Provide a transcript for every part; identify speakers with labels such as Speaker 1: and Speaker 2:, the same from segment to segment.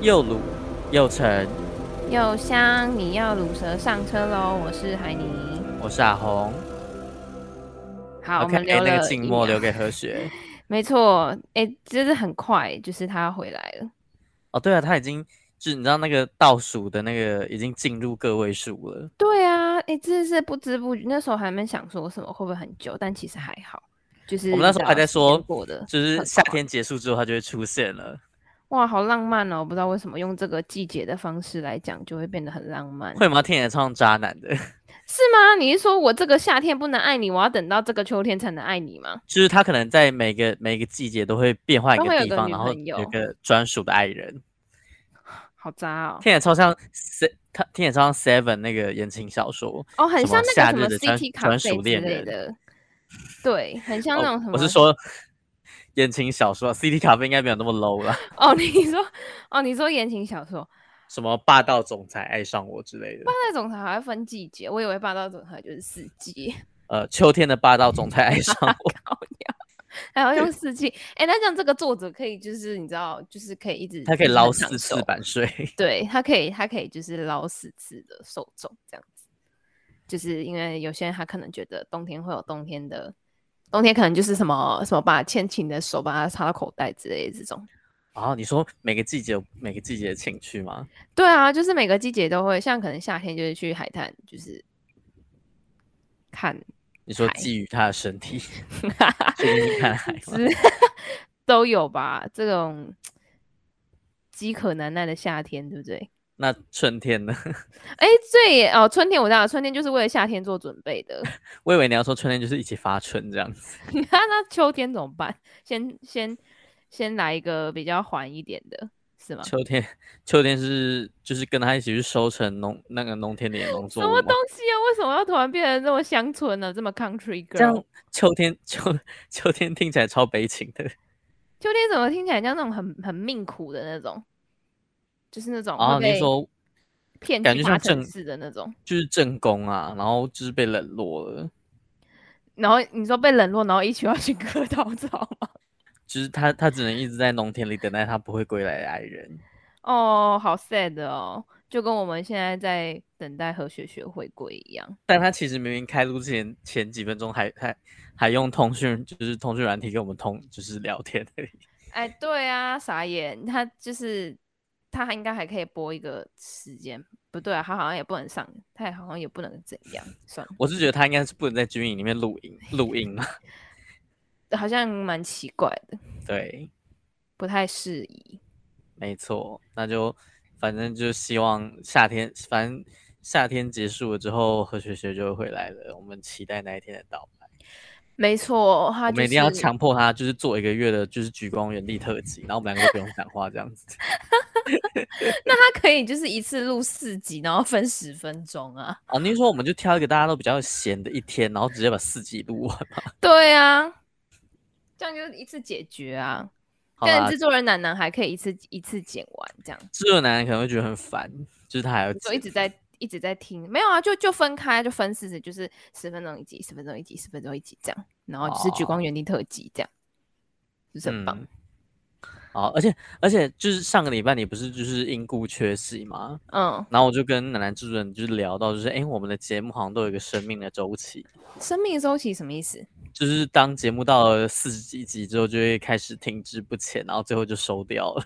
Speaker 1: 又鲁又成，
Speaker 2: 又香，你要卤蛇上车喽！我是海尼。
Speaker 1: 我是阿红。
Speaker 2: 好我
Speaker 1: OK，哎
Speaker 2: 们留了
Speaker 1: 那个
Speaker 2: 一
Speaker 1: 静默
Speaker 2: 秒
Speaker 1: 留给何雪。
Speaker 2: 没错，哎、真的很快，就是他要回来了。
Speaker 1: 哦，对啊，他已经就是你知道那个倒数的那个已经进入个位数了。
Speaker 2: 对啊，哎、真的是不知不觉，那时候还没想说什么会不会很久，但其实还好，就是
Speaker 1: 我们那时候还在说
Speaker 2: 过的，
Speaker 1: 就是
Speaker 2: 很
Speaker 1: 夏
Speaker 2: 快
Speaker 1: 天结束之后，它就会出现了，
Speaker 2: 哇，好浪漫哦！不知道为什么用这个季节的方式来讲，就会变得很浪漫，
Speaker 1: 会吗？听起来超像渣男的，
Speaker 2: 是吗？你是说我这个夏天不能爱你，我要等到这个秋天才能爱你吗？
Speaker 1: 就是他可能在每个每个季节都会变换一
Speaker 2: 都
Speaker 1: 个
Speaker 2: 会有
Speaker 1: 地
Speaker 2: 个
Speaker 1: 方，
Speaker 2: 女
Speaker 1: 然后
Speaker 2: 朋友
Speaker 1: 有个专属的爱人。
Speaker 2: 好渣哦！
Speaker 1: 听起来超像 Se，他听起来超像 Seven 那个言情小说，
Speaker 2: 哦，很
Speaker 1: 什
Speaker 2: 像
Speaker 1: 么
Speaker 2: 那
Speaker 1: 夏
Speaker 2: 个什
Speaker 1: 日
Speaker 2: 么
Speaker 1: 的专
Speaker 2: CT 卡
Speaker 1: 专
Speaker 2: 费
Speaker 1: 属
Speaker 2: 之
Speaker 1: 恋
Speaker 2: 类
Speaker 1: 人
Speaker 2: 的，对，很像那
Speaker 1: 哦
Speaker 2: 种什么。
Speaker 1: 我是说言情小说，CD 卡费应该没有那么 low 了，
Speaker 2: 哦， 你说哦，你说言情小说，
Speaker 1: 什么霸道总裁爱上我之类的。
Speaker 2: 霸道总裁还会分季节，我以为霸道总裁就是四季，
Speaker 1: 呃，秋天的霸道总裁 爱上我，
Speaker 2: 搞掉，还要用四季。哎、那这样这个作者可以就是你知道，就是可以一直
Speaker 1: 他可以
Speaker 2: 就是
Speaker 1: 捞
Speaker 2: 很享
Speaker 1: 四次
Speaker 2: 受
Speaker 1: 版税。
Speaker 2: 对他可以，他可以就是捞四次的受众这样子，就是因为有些人他可能觉得冬天会有冬天的，冬天可能就是什么什么把牵情的手把它插到口袋之类的这种。
Speaker 1: 哦，你说每个季节有每个季节的情趣吗？
Speaker 2: 对啊，就是每个季节都会，像可能夏天就是去海滩，就是看
Speaker 1: 你说
Speaker 2: 海
Speaker 1: 觊觎他的身 体，最近看海吗？
Speaker 2: 之都有吧，这种饥渴难耐的夏天，对不对？
Speaker 1: 那春天呢？
Speaker 2: 哎，对耶哦，春天我知道，春天就是为了夏天做准备的。
Speaker 1: 我以为你要说春天就是一起发春这样子。
Speaker 2: 你看那秋天怎么办？先先先来一个比较缓一点的，是吗？
Speaker 1: 秋天，秋天是就是跟他一起去收成农那个农田里的农
Speaker 2: 什
Speaker 1: 作物
Speaker 2: 么
Speaker 1: 吗
Speaker 2: 东？西啊？为什么要突然变得这么乡村呢？这么 country
Speaker 1: 这样
Speaker 2: girl？
Speaker 1: 秋天秋秋天听起来超悲情的。
Speaker 2: 秋天怎么听起来像那种很很命苦的那种，就是那种
Speaker 1: 哦，
Speaker 2: 会
Speaker 1: 你
Speaker 2: 被
Speaker 1: 说
Speaker 2: 骗
Speaker 1: 感
Speaker 2: 去
Speaker 1: 觉
Speaker 2: 大
Speaker 1: 像
Speaker 2: 城
Speaker 1: 正
Speaker 2: 市的那种。
Speaker 1: 就是正宫啊，然后就是被冷落了，
Speaker 2: 然后你说被冷落，然后一起要去 割稻草吗？
Speaker 1: 就是他他只能一直在农田里等待他不会归来的爱人。
Speaker 2: 哦，好 sad 哦，就跟我们现在在等待何雪雪回归一样。
Speaker 1: 但他其实明明开录之前前几分钟还还还用通讯就是通讯软体跟我们通就是聊天而已。
Speaker 2: 哎，对啊，傻眼，他就是他还应该还可以播一个时间，不对啊，他好像也不能上，他也好像也不能怎样，算
Speaker 1: 我是觉得他应该是不能在军营里面录音录音嘛。
Speaker 2: 了，好像蛮奇怪的，
Speaker 1: 对，
Speaker 2: 不太适宜。
Speaker 1: 没错，那就反正就希望夏天，反正夏天结束了之后，何雪雪就会回来了。我们期待那一天的到来。
Speaker 2: 没错，他
Speaker 1: 我
Speaker 2: 就
Speaker 1: 们
Speaker 2: 是
Speaker 1: 一定要强迫她，就是做一个月的，就是举光原地特辑，然后我们两个都不用讲话，这样子。
Speaker 2: 那他可以就是一次录四集，然后分十分钟啊。
Speaker 1: 哦，您说我们就挑一个大家都比较闲的一天，然后直接把四集录完嘛？
Speaker 2: 对啊，这样就是一次解决啊。
Speaker 1: 好
Speaker 2: 但
Speaker 1: 啦
Speaker 2: 制，作人楠楠还可以一次一次剪完这样。
Speaker 1: 制作男人可能会觉得很烦，就是他还要
Speaker 2: 就一
Speaker 1: 剪
Speaker 2: 直在一直在听，没有啊，就就分开，就分四十，就是十分钟一集，十分钟一集，十分钟一集这样，然后就是
Speaker 1: 哦
Speaker 2: 举光原地特辑这样，就是很棒
Speaker 1: 嗯。哦，而且而且就是上个礼拜你不是就是因故缺席吗？
Speaker 2: 嗯，
Speaker 1: 然后我就跟奶奶制作人就是聊到，就是哎、诶我们的节目好像都有一个生命的周期，
Speaker 2: 生命周期什么意思？
Speaker 1: 就是当节目到了四十几集之后，就会开始停滞不前，然后最后就收掉了。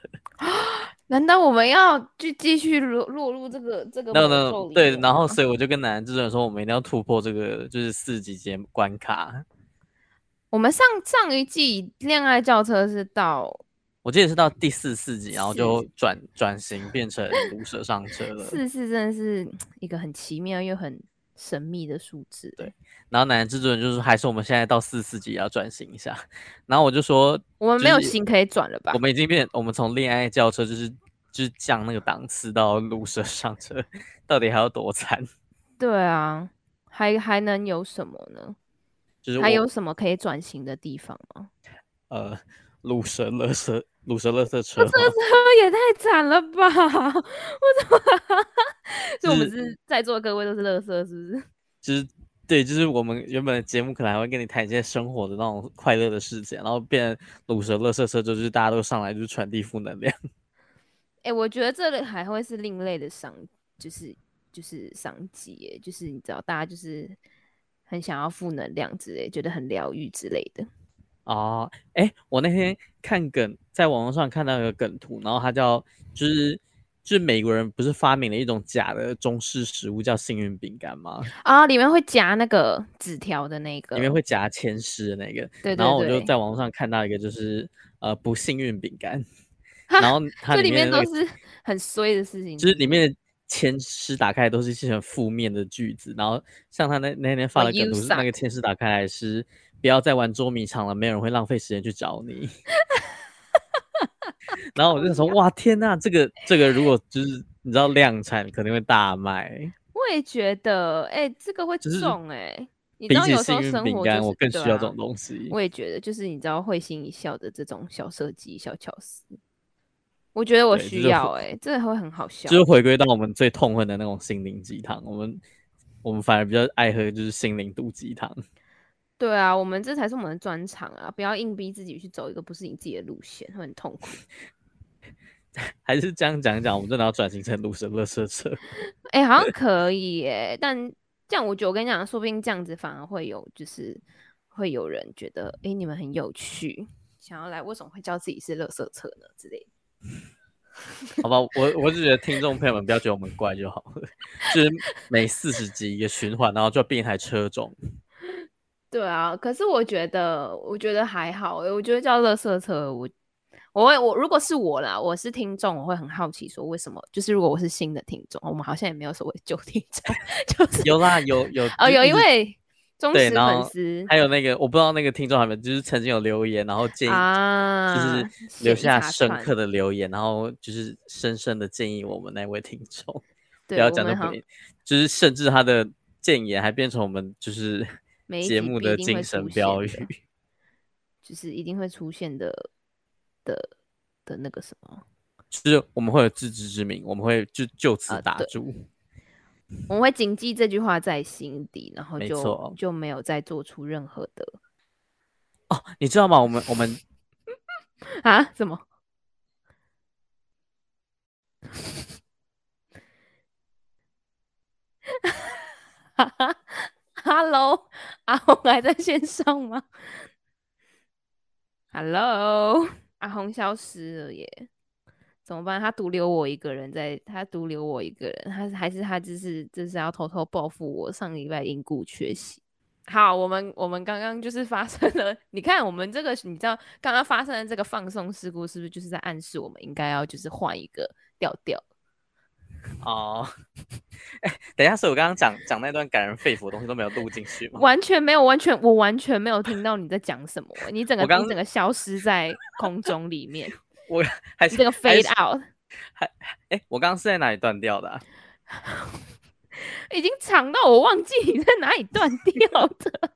Speaker 2: 难道我们要就继续落落入这个这个
Speaker 1: no
Speaker 2: 魔
Speaker 1: no
Speaker 2: 咒
Speaker 1: no，
Speaker 2: 里
Speaker 1: 对，
Speaker 2: 面
Speaker 1: 然后
Speaker 2: 吗
Speaker 1: 所以我就跟奶奶制作人说，我们一定要突破这个就是四十几节关卡。
Speaker 2: 我们上上一季恋爱轿车是到
Speaker 1: 我记得是到第四四集，然后
Speaker 2: 是
Speaker 1: 就转转型变成毒蛇上车了。
Speaker 2: 四四，真的是一个很奇妙又很神秘的数字。
Speaker 1: 对，然后奶奶制作人就说，还是我们现在到四四集也要转型一下。然后我就说，
Speaker 2: 我们
Speaker 1: 就
Speaker 2: 没有
Speaker 1: 是
Speaker 2: 心可以转了吧
Speaker 1: 我？们已经变，我们从恋爱轿车就是就是降那个档次到路蛇上车，到底还要多惨？
Speaker 2: 对啊，还还能有什么呢？
Speaker 1: 就是
Speaker 2: 还
Speaker 1: 我
Speaker 2: 有什么可以转型的地方吗？
Speaker 1: 呃，路蛇勒蛇，路蛇勒色车哦
Speaker 2: 这
Speaker 1: 嘛，
Speaker 2: 车也太惨了吧！ 我怎么？ 所以我们
Speaker 1: 是
Speaker 2: 是在座各位都是乐色，是不是？
Speaker 1: 就是对，就是我们原本的节目可能还会跟你谈一些生活的那种快乐的事情，然后变路蛇勒色车，就是大家都上来就是传递负能量。
Speaker 2: 哎、我觉得这里还会是另类的商，就是就是商机耶，就是你知道，大家就是很想要负能量之类，觉得很疗愈之类的。
Speaker 1: 哦，哎，我那
Speaker 2: 嗯
Speaker 1: 天看梗，在网络上看到一个梗图，然后它叫就是就是美国人不是发明了一种假的中式食物叫幸运饼干吗？
Speaker 2: 啊，里面会夹那个纸条的那个，
Speaker 1: 里面会夹千丝的那个，
Speaker 2: 对对对，
Speaker 1: 然后我就在网络上看到一个就是呃不幸运饼干，
Speaker 2: 哈
Speaker 1: 然后它
Speaker 2: 这里
Speaker 1: 面
Speaker 2: 面
Speaker 1: 的那
Speaker 2: 都
Speaker 1: 个
Speaker 2: 是很衰的事情，
Speaker 1: 就是里面的前诗打开都是一些很负面的句子，然后像他那那天发
Speaker 2: 哦
Speaker 1: 的梗
Speaker 2: ，“You
Speaker 1: 图是那个前诗打开来是不要再玩捉迷藏了，没有人会浪费时间去找你。 然后我就想说，哇天呐，这个这个如果就是你知道量产肯定会大卖，
Speaker 2: 我也觉得，哎、这个会
Speaker 1: 就是
Speaker 2: 中哎、你知
Speaker 1: 比
Speaker 2: 道
Speaker 1: 起
Speaker 2: 有时
Speaker 1: 幸
Speaker 2: 候
Speaker 1: 运
Speaker 2: 生
Speaker 1: 饼
Speaker 2: 活、就是、
Speaker 1: 干，我更需
Speaker 2: 对
Speaker 1: 要
Speaker 2: 啊
Speaker 1: 这种东西。
Speaker 2: 我也觉得，就是你知道会心一笑的这种小设计、小巧思，我觉得我
Speaker 1: 对就
Speaker 2: 需
Speaker 1: 是
Speaker 2: 要
Speaker 1: 会
Speaker 2: 哎、这会很好笑。
Speaker 1: 就是回归到我们最痛恨的那种心灵鸡汤，我们我们反而比较爱喝就是心灵毒鸡汤。
Speaker 2: 对啊，我们这才是我们的专长啊！不要硬逼自己去走一个不是你自己的路线，会很痛苦。
Speaker 1: 还是这样讲一讲，我们真的要转型成卤蛇乐色车。
Speaker 2: 哎、好像可以哎、但这样我觉得我跟你讲，说不定这样子反而会有，就是会有人觉得，哎、你们很有趣，想要来，为什么会叫自己是垃圾车呢之类的。
Speaker 1: 好吧，我我只觉得听众朋友们不要觉得我们怪就好了，就是每四十集一个循环，然后就变一台车种。
Speaker 2: 对啊，可是我觉得，我觉得还好欸。我觉得叫垃圾车，我我会我如果是我啦，我是听众，我会很好奇说为什么？就是如果我是新的听众，我们好像也没有所谓旧听众， 就是
Speaker 1: 有啦，有有
Speaker 2: 哦，
Speaker 1: 就
Speaker 2: 有
Speaker 1: 一
Speaker 2: 一
Speaker 1: 直
Speaker 2: 位
Speaker 1: 嗯
Speaker 2: 忠
Speaker 1: 对
Speaker 2: 实
Speaker 1: 然
Speaker 2: 粉
Speaker 1: 后
Speaker 2: 丝
Speaker 1: 还有那个我不知道那个听众还没有，就是曾经有留言，然后建议、
Speaker 2: 啊，
Speaker 1: 就是留
Speaker 2: 写一
Speaker 1: 下
Speaker 2: 长
Speaker 1: 深
Speaker 2: 串
Speaker 1: 刻，的留言，然后就是深深的建议我们那位听众不
Speaker 2: 对
Speaker 1: 要
Speaker 2: 我
Speaker 1: 讲
Speaker 2: 们
Speaker 1: 的
Speaker 2: 好
Speaker 1: 不，就是甚至他的谏言还变成我们就是
Speaker 2: 每一集
Speaker 1: 节目
Speaker 2: 必
Speaker 1: 的
Speaker 2: 定会
Speaker 1: 精神
Speaker 2: 出
Speaker 1: 标
Speaker 2: 现的
Speaker 1: 语。
Speaker 2: 就是一定会出现的的的那个什么，
Speaker 1: 就是我们会有自知之明，我们会就就此
Speaker 2: 啊
Speaker 1: 打
Speaker 2: 对
Speaker 1: 住。
Speaker 2: 我们会谨记这句话在心底，然后
Speaker 1: 没
Speaker 2: 就
Speaker 1: 错
Speaker 2: 就没有再做出任何的
Speaker 1: 哦，你知道吗？我们我们
Speaker 2: 啊什么。哈哈，Hello，阿红还在线上吗？Hello，阿红消失了耶，怎么办？他独留我一个人在，他独留我一个人，他还是他就是就是要偷偷报复我上礼拜因故缺席。好，我们我们刚刚就是发生了， 你看我们这个，你知道刚刚发生的这个放松事故，是不是就是在暗示我们应该要就是换一个调调？
Speaker 1: 哦， 哎，等一下，所以我刚刚讲讲那段感人肺腑的东西都没有录进去吗？
Speaker 2: 完全没有，完全我完全没有听到你在讲什么，欸你整个
Speaker 1: 我刚
Speaker 2: 你整个消失在空中里面，
Speaker 1: 我还
Speaker 2: 你
Speaker 1: 是
Speaker 2: 这个
Speaker 1: 还
Speaker 2: fade
Speaker 1: 是
Speaker 2: out
Speaker 1: 还哎，我刚刚是在哪里断掉的啊、
Speaker 2: 已经长到我忘记你在哪里 断掉的。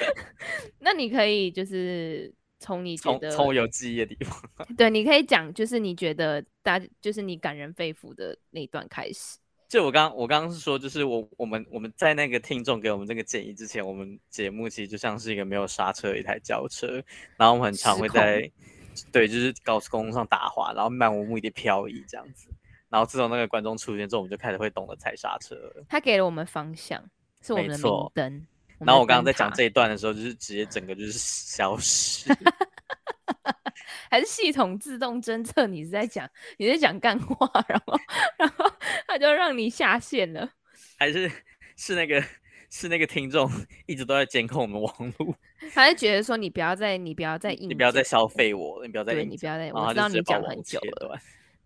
Speaker 2: 那你可以就是从你觉
Speaker 1: 从
Speaker 2: 得
Speaker 1: 从我有记忆的地方。
Speaker 2: 对，你可以讲就是你觉得大就是你感人肺腑的那一段开始。
Speaker 1: 就我刚我刚刚是说，就是我我们我们在那个听众给我们这个建议之前，我们节目其实就像是一个没有刹车的一台轿车，然后我们很常
Speaker 2: 失
Speaker 1: 会
Speaker 2: 控
Speaker 1: 在对，就是高速公路上打滑，然后漫无目的地漂移这样子。然后自从那个观众出现之后，我们就开始会懂得踩刹车了。
Speaker 2: 他给了我们方向，是我
Speaker 1: 没
Speaker 2: 们的明
Speaker 1: 错
Speaker 2: 灯。们
Speaker 1: 然后
Speaker 2: 的
Speaker 1: 我刚刚
Speaker 2: 灯
Speaker 1: 在讲
Speaker 2: 塔
Speaker 1: 这一段的时候，就是直接整个就是消失。
Speaker 2: 还是系统自动侦测你是在讲你在讲干话，然后然后他就让你下线了。
Speaker 1: 还是是那个是那个听众一直都在监控我们网络，
Speaker 2: 他就觉得说你不要再你不要再硬，
Speaker 1: 你不要再消，费我，你不要再
Speaker 2: 嗯对
Speaker 1: 硬
Speaker 2: 你不
Speaker 1: 讲
Speaker 2: 要再，
Speaker 1: 然后他
Speaker 2: 我知
Speaker 1: 就
Speaker 2: 道
Speaker 1: 直接
Speaker 2: 你
Speaker 1: 把
Speaker 2: 讲
Speaker 1: 网
Speaker 2: 很
Speaker 1: 络
Speaker 2: 久
Speaker 1: 切
Speaker 2: 了，
Speaker 1: 断。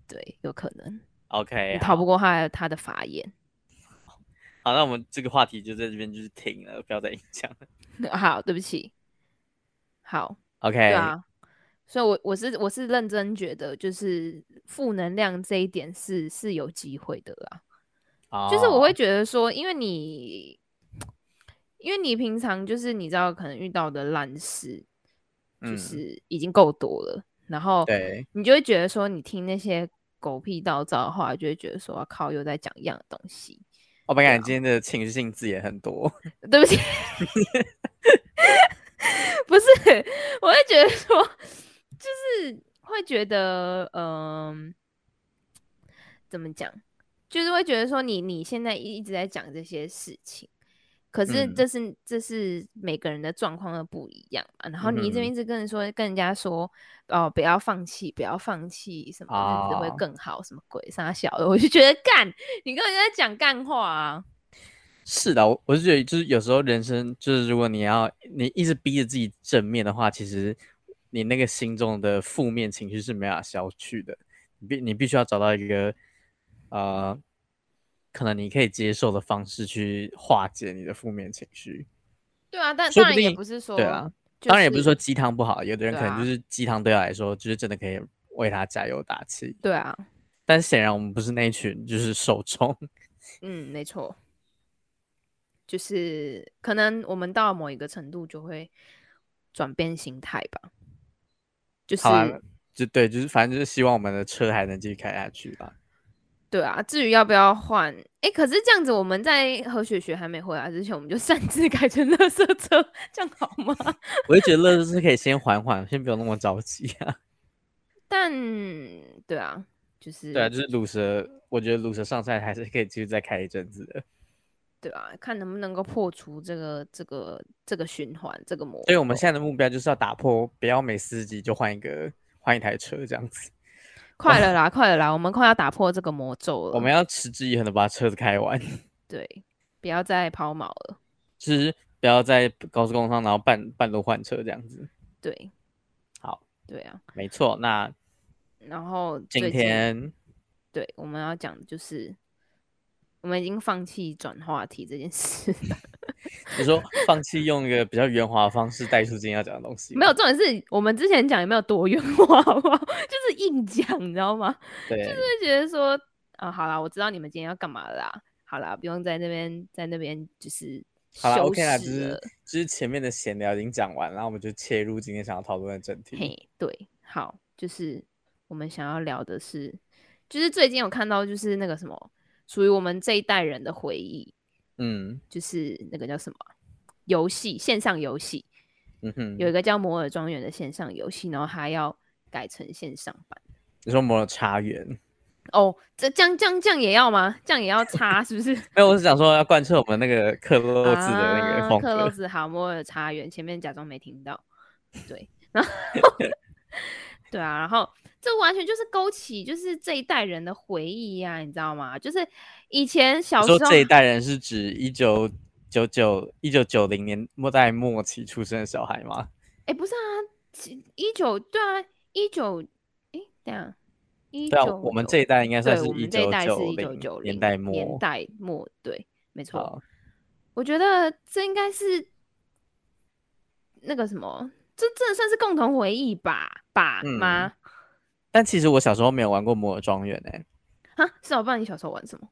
Speaker 2: 对，有可能
Speaker 1: OK，
Speaker 2: 你逃
Speaker 1: 好
Speaker 2: 不过他的他的法眼。
Speaker 1: 好，那我们这个话题就在这边就是停了，不要再硬讲了。
Speaker 2: 好，对不起，好，
Speaker 1: OK，
Speaker 2: 对啊，所以我我是我是认真觉得，就是负能量这一点是是有机会的啦。就是我会
Speaker 1: 哦
Speaker 2: 觉得说，因为你，因为你平常就是你知道，可能遇到的烂事，就
Speaker 1: 嗯
Speaker 2: 是已经够多了，然后
Speaker 1: 对
Speaker 2: 你就会觉得说，你听那些狗屁倒灶的话，就会觉得说，啊靠，又在讲一样的东西，
Speaker 1: 我们哦
Speaker 2: 啊
Speaker 1: 感觉今天的情绪性字也很多，
Speaker 2: 对不起， 不是，我会觉得说，就是会觉得，嗯、怎么讲，就是会觉得说你你现在一一直在讲这些事情，可是
Speaker 1: 嗯
Speaker 2: 这是、这是每个人的状况都不一样嘛。然后你这边
Speaker 1: 嗯
Speaker 2: 一直跟人说跟人家说哦，不要放弃，不要放弃，什么日子会
Speaker 1: 啊
Speaker 2: 更好，什么鬼傻小的，我就觉得干，你根本就在讲干话啊。
Speaker 1: 是的，我我是觉得就是有时候人生就是如果你要你一直逼着自己正面的话，其实你那个心中的负面情绪是没法消去的。你必你必须要找到一个呃，可能你可以接受的方式去化解你的负面情绪。
Speaker 2: 对啊，但
Speaker 1: 说
Speaker 2: 当
Speaker 1: 不
Speaker 2: 然也
Speaker 1: 定
Speaker 2: 不是说，
Speaker 1: 对啊，
Speaker 2: 就
Speaker 1: 当然也不是说鸡汤不好，有的人
Speaker 2: 对
Speaker 1: 可能
Speaker 2: 啊
Speaker 1: 就是鸡汤对他来说就是真的可以为他加油打气。
Speaker 2: 对啊，
Speaker 1: 但显然我们不是那一群就是受众。
Speaker 2: 嗯，没错，就是可能我们到某一个程度就会转变心态吧，就是
Speaker 1: 好啊啦，就对，就是反正就是希望我们的车还能继续开下去吧。
Speaker 2: 对啊。至于要不要换，哎，可是这样子，我们在何雪雪还没回来之前，我们就擅自改成垃圾车，这样好吗？
Speaker 1: 我就觉得乐是可以先缓缓，先不用那么着急啊。
Speaker 2: 但对啊，就是
Speaker 1: 对啊，就是卤蛇，我觉得卤蛇上菜还是可以继续再开一阵子
Speaker 2: 哦
Speaker 1: 的。
Speaker 2: 对啊，看能不能够破除这个这个这个循环这个魔
Speaker 1: 所以我们
Speaker 2: 咒
Speaker 1: 现在的目标就是要打破，不要每四集就换一个换一台车这样子。
Speaker 2: 快了啦，快了啦，我们快要打破这个魔咒了。
Speaker 1: 我们要持之以恒的把车子开完，
Speaker 2: 对，不要再抛锚了。
Speaker 1: 就是不要在高速公路上然后半半路换车这样子。
Speaker 2: 对，
Speaker 1: 好，
Speaker 2: 对啊。
Speaker 1: 没错。那
Speaker 2: 然后
Speaker 1: 今
Speaker 2: 最近
Speaker 1: 天
Speaker 2: 对我们要讲的就是，我们已经放弃转话题这件 事了。
Speaker 1: 你说放弃用一个比较圆滑的方式带出今天要讲的东西吗，
Speaker 2: 没有重点是我们之前讲有没有多圆滑，好不好？ 就是硬讲，你知道吗？
Speaker 1: 对，
Speaker 2: 就觉得说，啊，好啦，我知道你们今天要干嘛了啦，好啦，不用在那边在那边就是
Speaker 1: 好啦
Speaker 2: 修
Speaker 1: o k 啦，就
Speaker 2: 饰
Speaker 1: 是
Speaker 2: 了。
Speaker 1: 就是前面的闲聊已经讲完，然后我们就切入今天想要讨论的正题。
Speaker 2: 嘿，对，好，就是我们想要聊的是，就是最近有看到就是那个什么，属于我们这一代人的回忆，
Speaker 1: 嗯
Speaker 2: 就是那个叫什么游戏，线上游戏，
Speaker 1: 嗯哼，
Speaker 2: 有一个叫《摩尔庄园》的线上游戏，然后它要改成线上版。
Speaker 1: 你说摩尔茶园？
Speaker 2: 哦，这这样这样这样也要吗？这样也要插是不是？
Speaker 1: 没有，我是想说要贯彻我们那个克 洛兹的那
Speaker 2: 啊
Speaker 1: 个风
Speaker 2: 克洛
Speaker 1: 格。
Speaker 2: 兹好，摩尔茶园前面假装没听到，对，然后 对啊，然后这完全就是勾起就是这一代人的回忆呀、你知道吗？就是以前小
Speaker 1: 你
Speaker 2: 时候
Speaker 1: 说这一代人是指一九九九一九九零年末代末期出生的小孩吗？
Speaker 2: 哎、不是啊，其一九对啊，一九哎，等一下，一
Speaker 1: 对啊，
Speaker 2: 九
Speaker 1: 我们这一代应该算
Speaker 2: 对，
Speaker 1: 是
Speaker 2: 我们这一
Speaker 1: 九
Speaker 2: 代是一九
Speaker 1: 零
Speaker 2: 九
Speaker 1: 年代末。
Speaker 2: 年代末，对，没错
Speaker 1: 好。
Speaker 2: 我觉得这应该是那个什么，这真的算是共同回忆吧？吧
Speaker 1: 嗯
Speaker 2: 吗？
Speaker 1: 但其实我小时候没有玩过摩尔庄园诶、
Speaker 2: 啊，是哦，不然你小时候玩什么？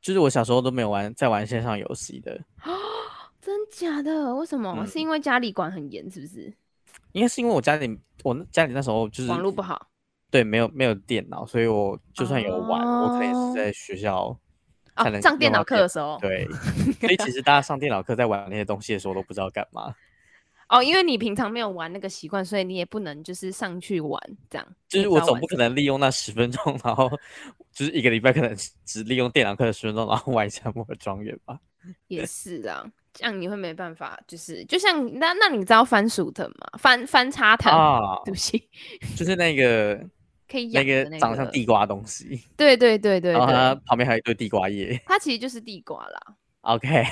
Speaker 1: 就是我小时候都没有玩在玩线上游戏的，
Speaker 2: 真假的？为什么？是
Speaker 1: 嗯
Speaker 2: 因为家里管很严，是不是？
Speaker 1: 应该是因为我家里我那家里那时候就是
Speaker 2: 网络不好
Speaker 1: 对，没有没有电脑，所以我就算有玩，我可能也
Speaker 2: 哦
Speaker 1: 是在学校才
Speaker 2: 哦，
Speaker 1: 能
Speaker 2: 上电
Speaker 1: 用到
Speaker 2: 脑课的时候，
Speaker 1: 对，所以其实大家上电脑课在玩那些东西的时候都不知道干嘛，
Speaker 2: 哦，因为你平常没有玩那个习惯，所以你也不能就是上去玩这样。
Speaker 1: 就是
Speaker 2: 你
Speaker 1: 我
Speaker 2: 知道
Speaker 1: 总
Speaker 2: 玩
Speaker 1: 不
Speaker 2: 什
Speaker 1: 可能利用那十分钟，然后就是一个礼拜可能只利用电脑课的十分钟，然后玩一下《摩尔庄园》吧。
Speaker 2: 也是啊，这样你会没办法，就是就像那那你知道番薯藤吗？番番叉藤，
Speaker 1: 啊，
Speaker 2: 对不起，
Speaker 1: 就是那个
Speaker 2: 可以
Speaker 1: 那
Speaker 2: 养的
Speaker 1: 个
Speaker 2: 那
Speaker 1: 长得像地哦呃瓜的东西，
Speaker 2: 对对对对
Speaker 1: 然后它
Speaker 2: 对，
Speaker 1: 旁边还有一堆地瓜叶。
Speaker 2: 它其实就是地瓜啦，
Speaker 1: OK，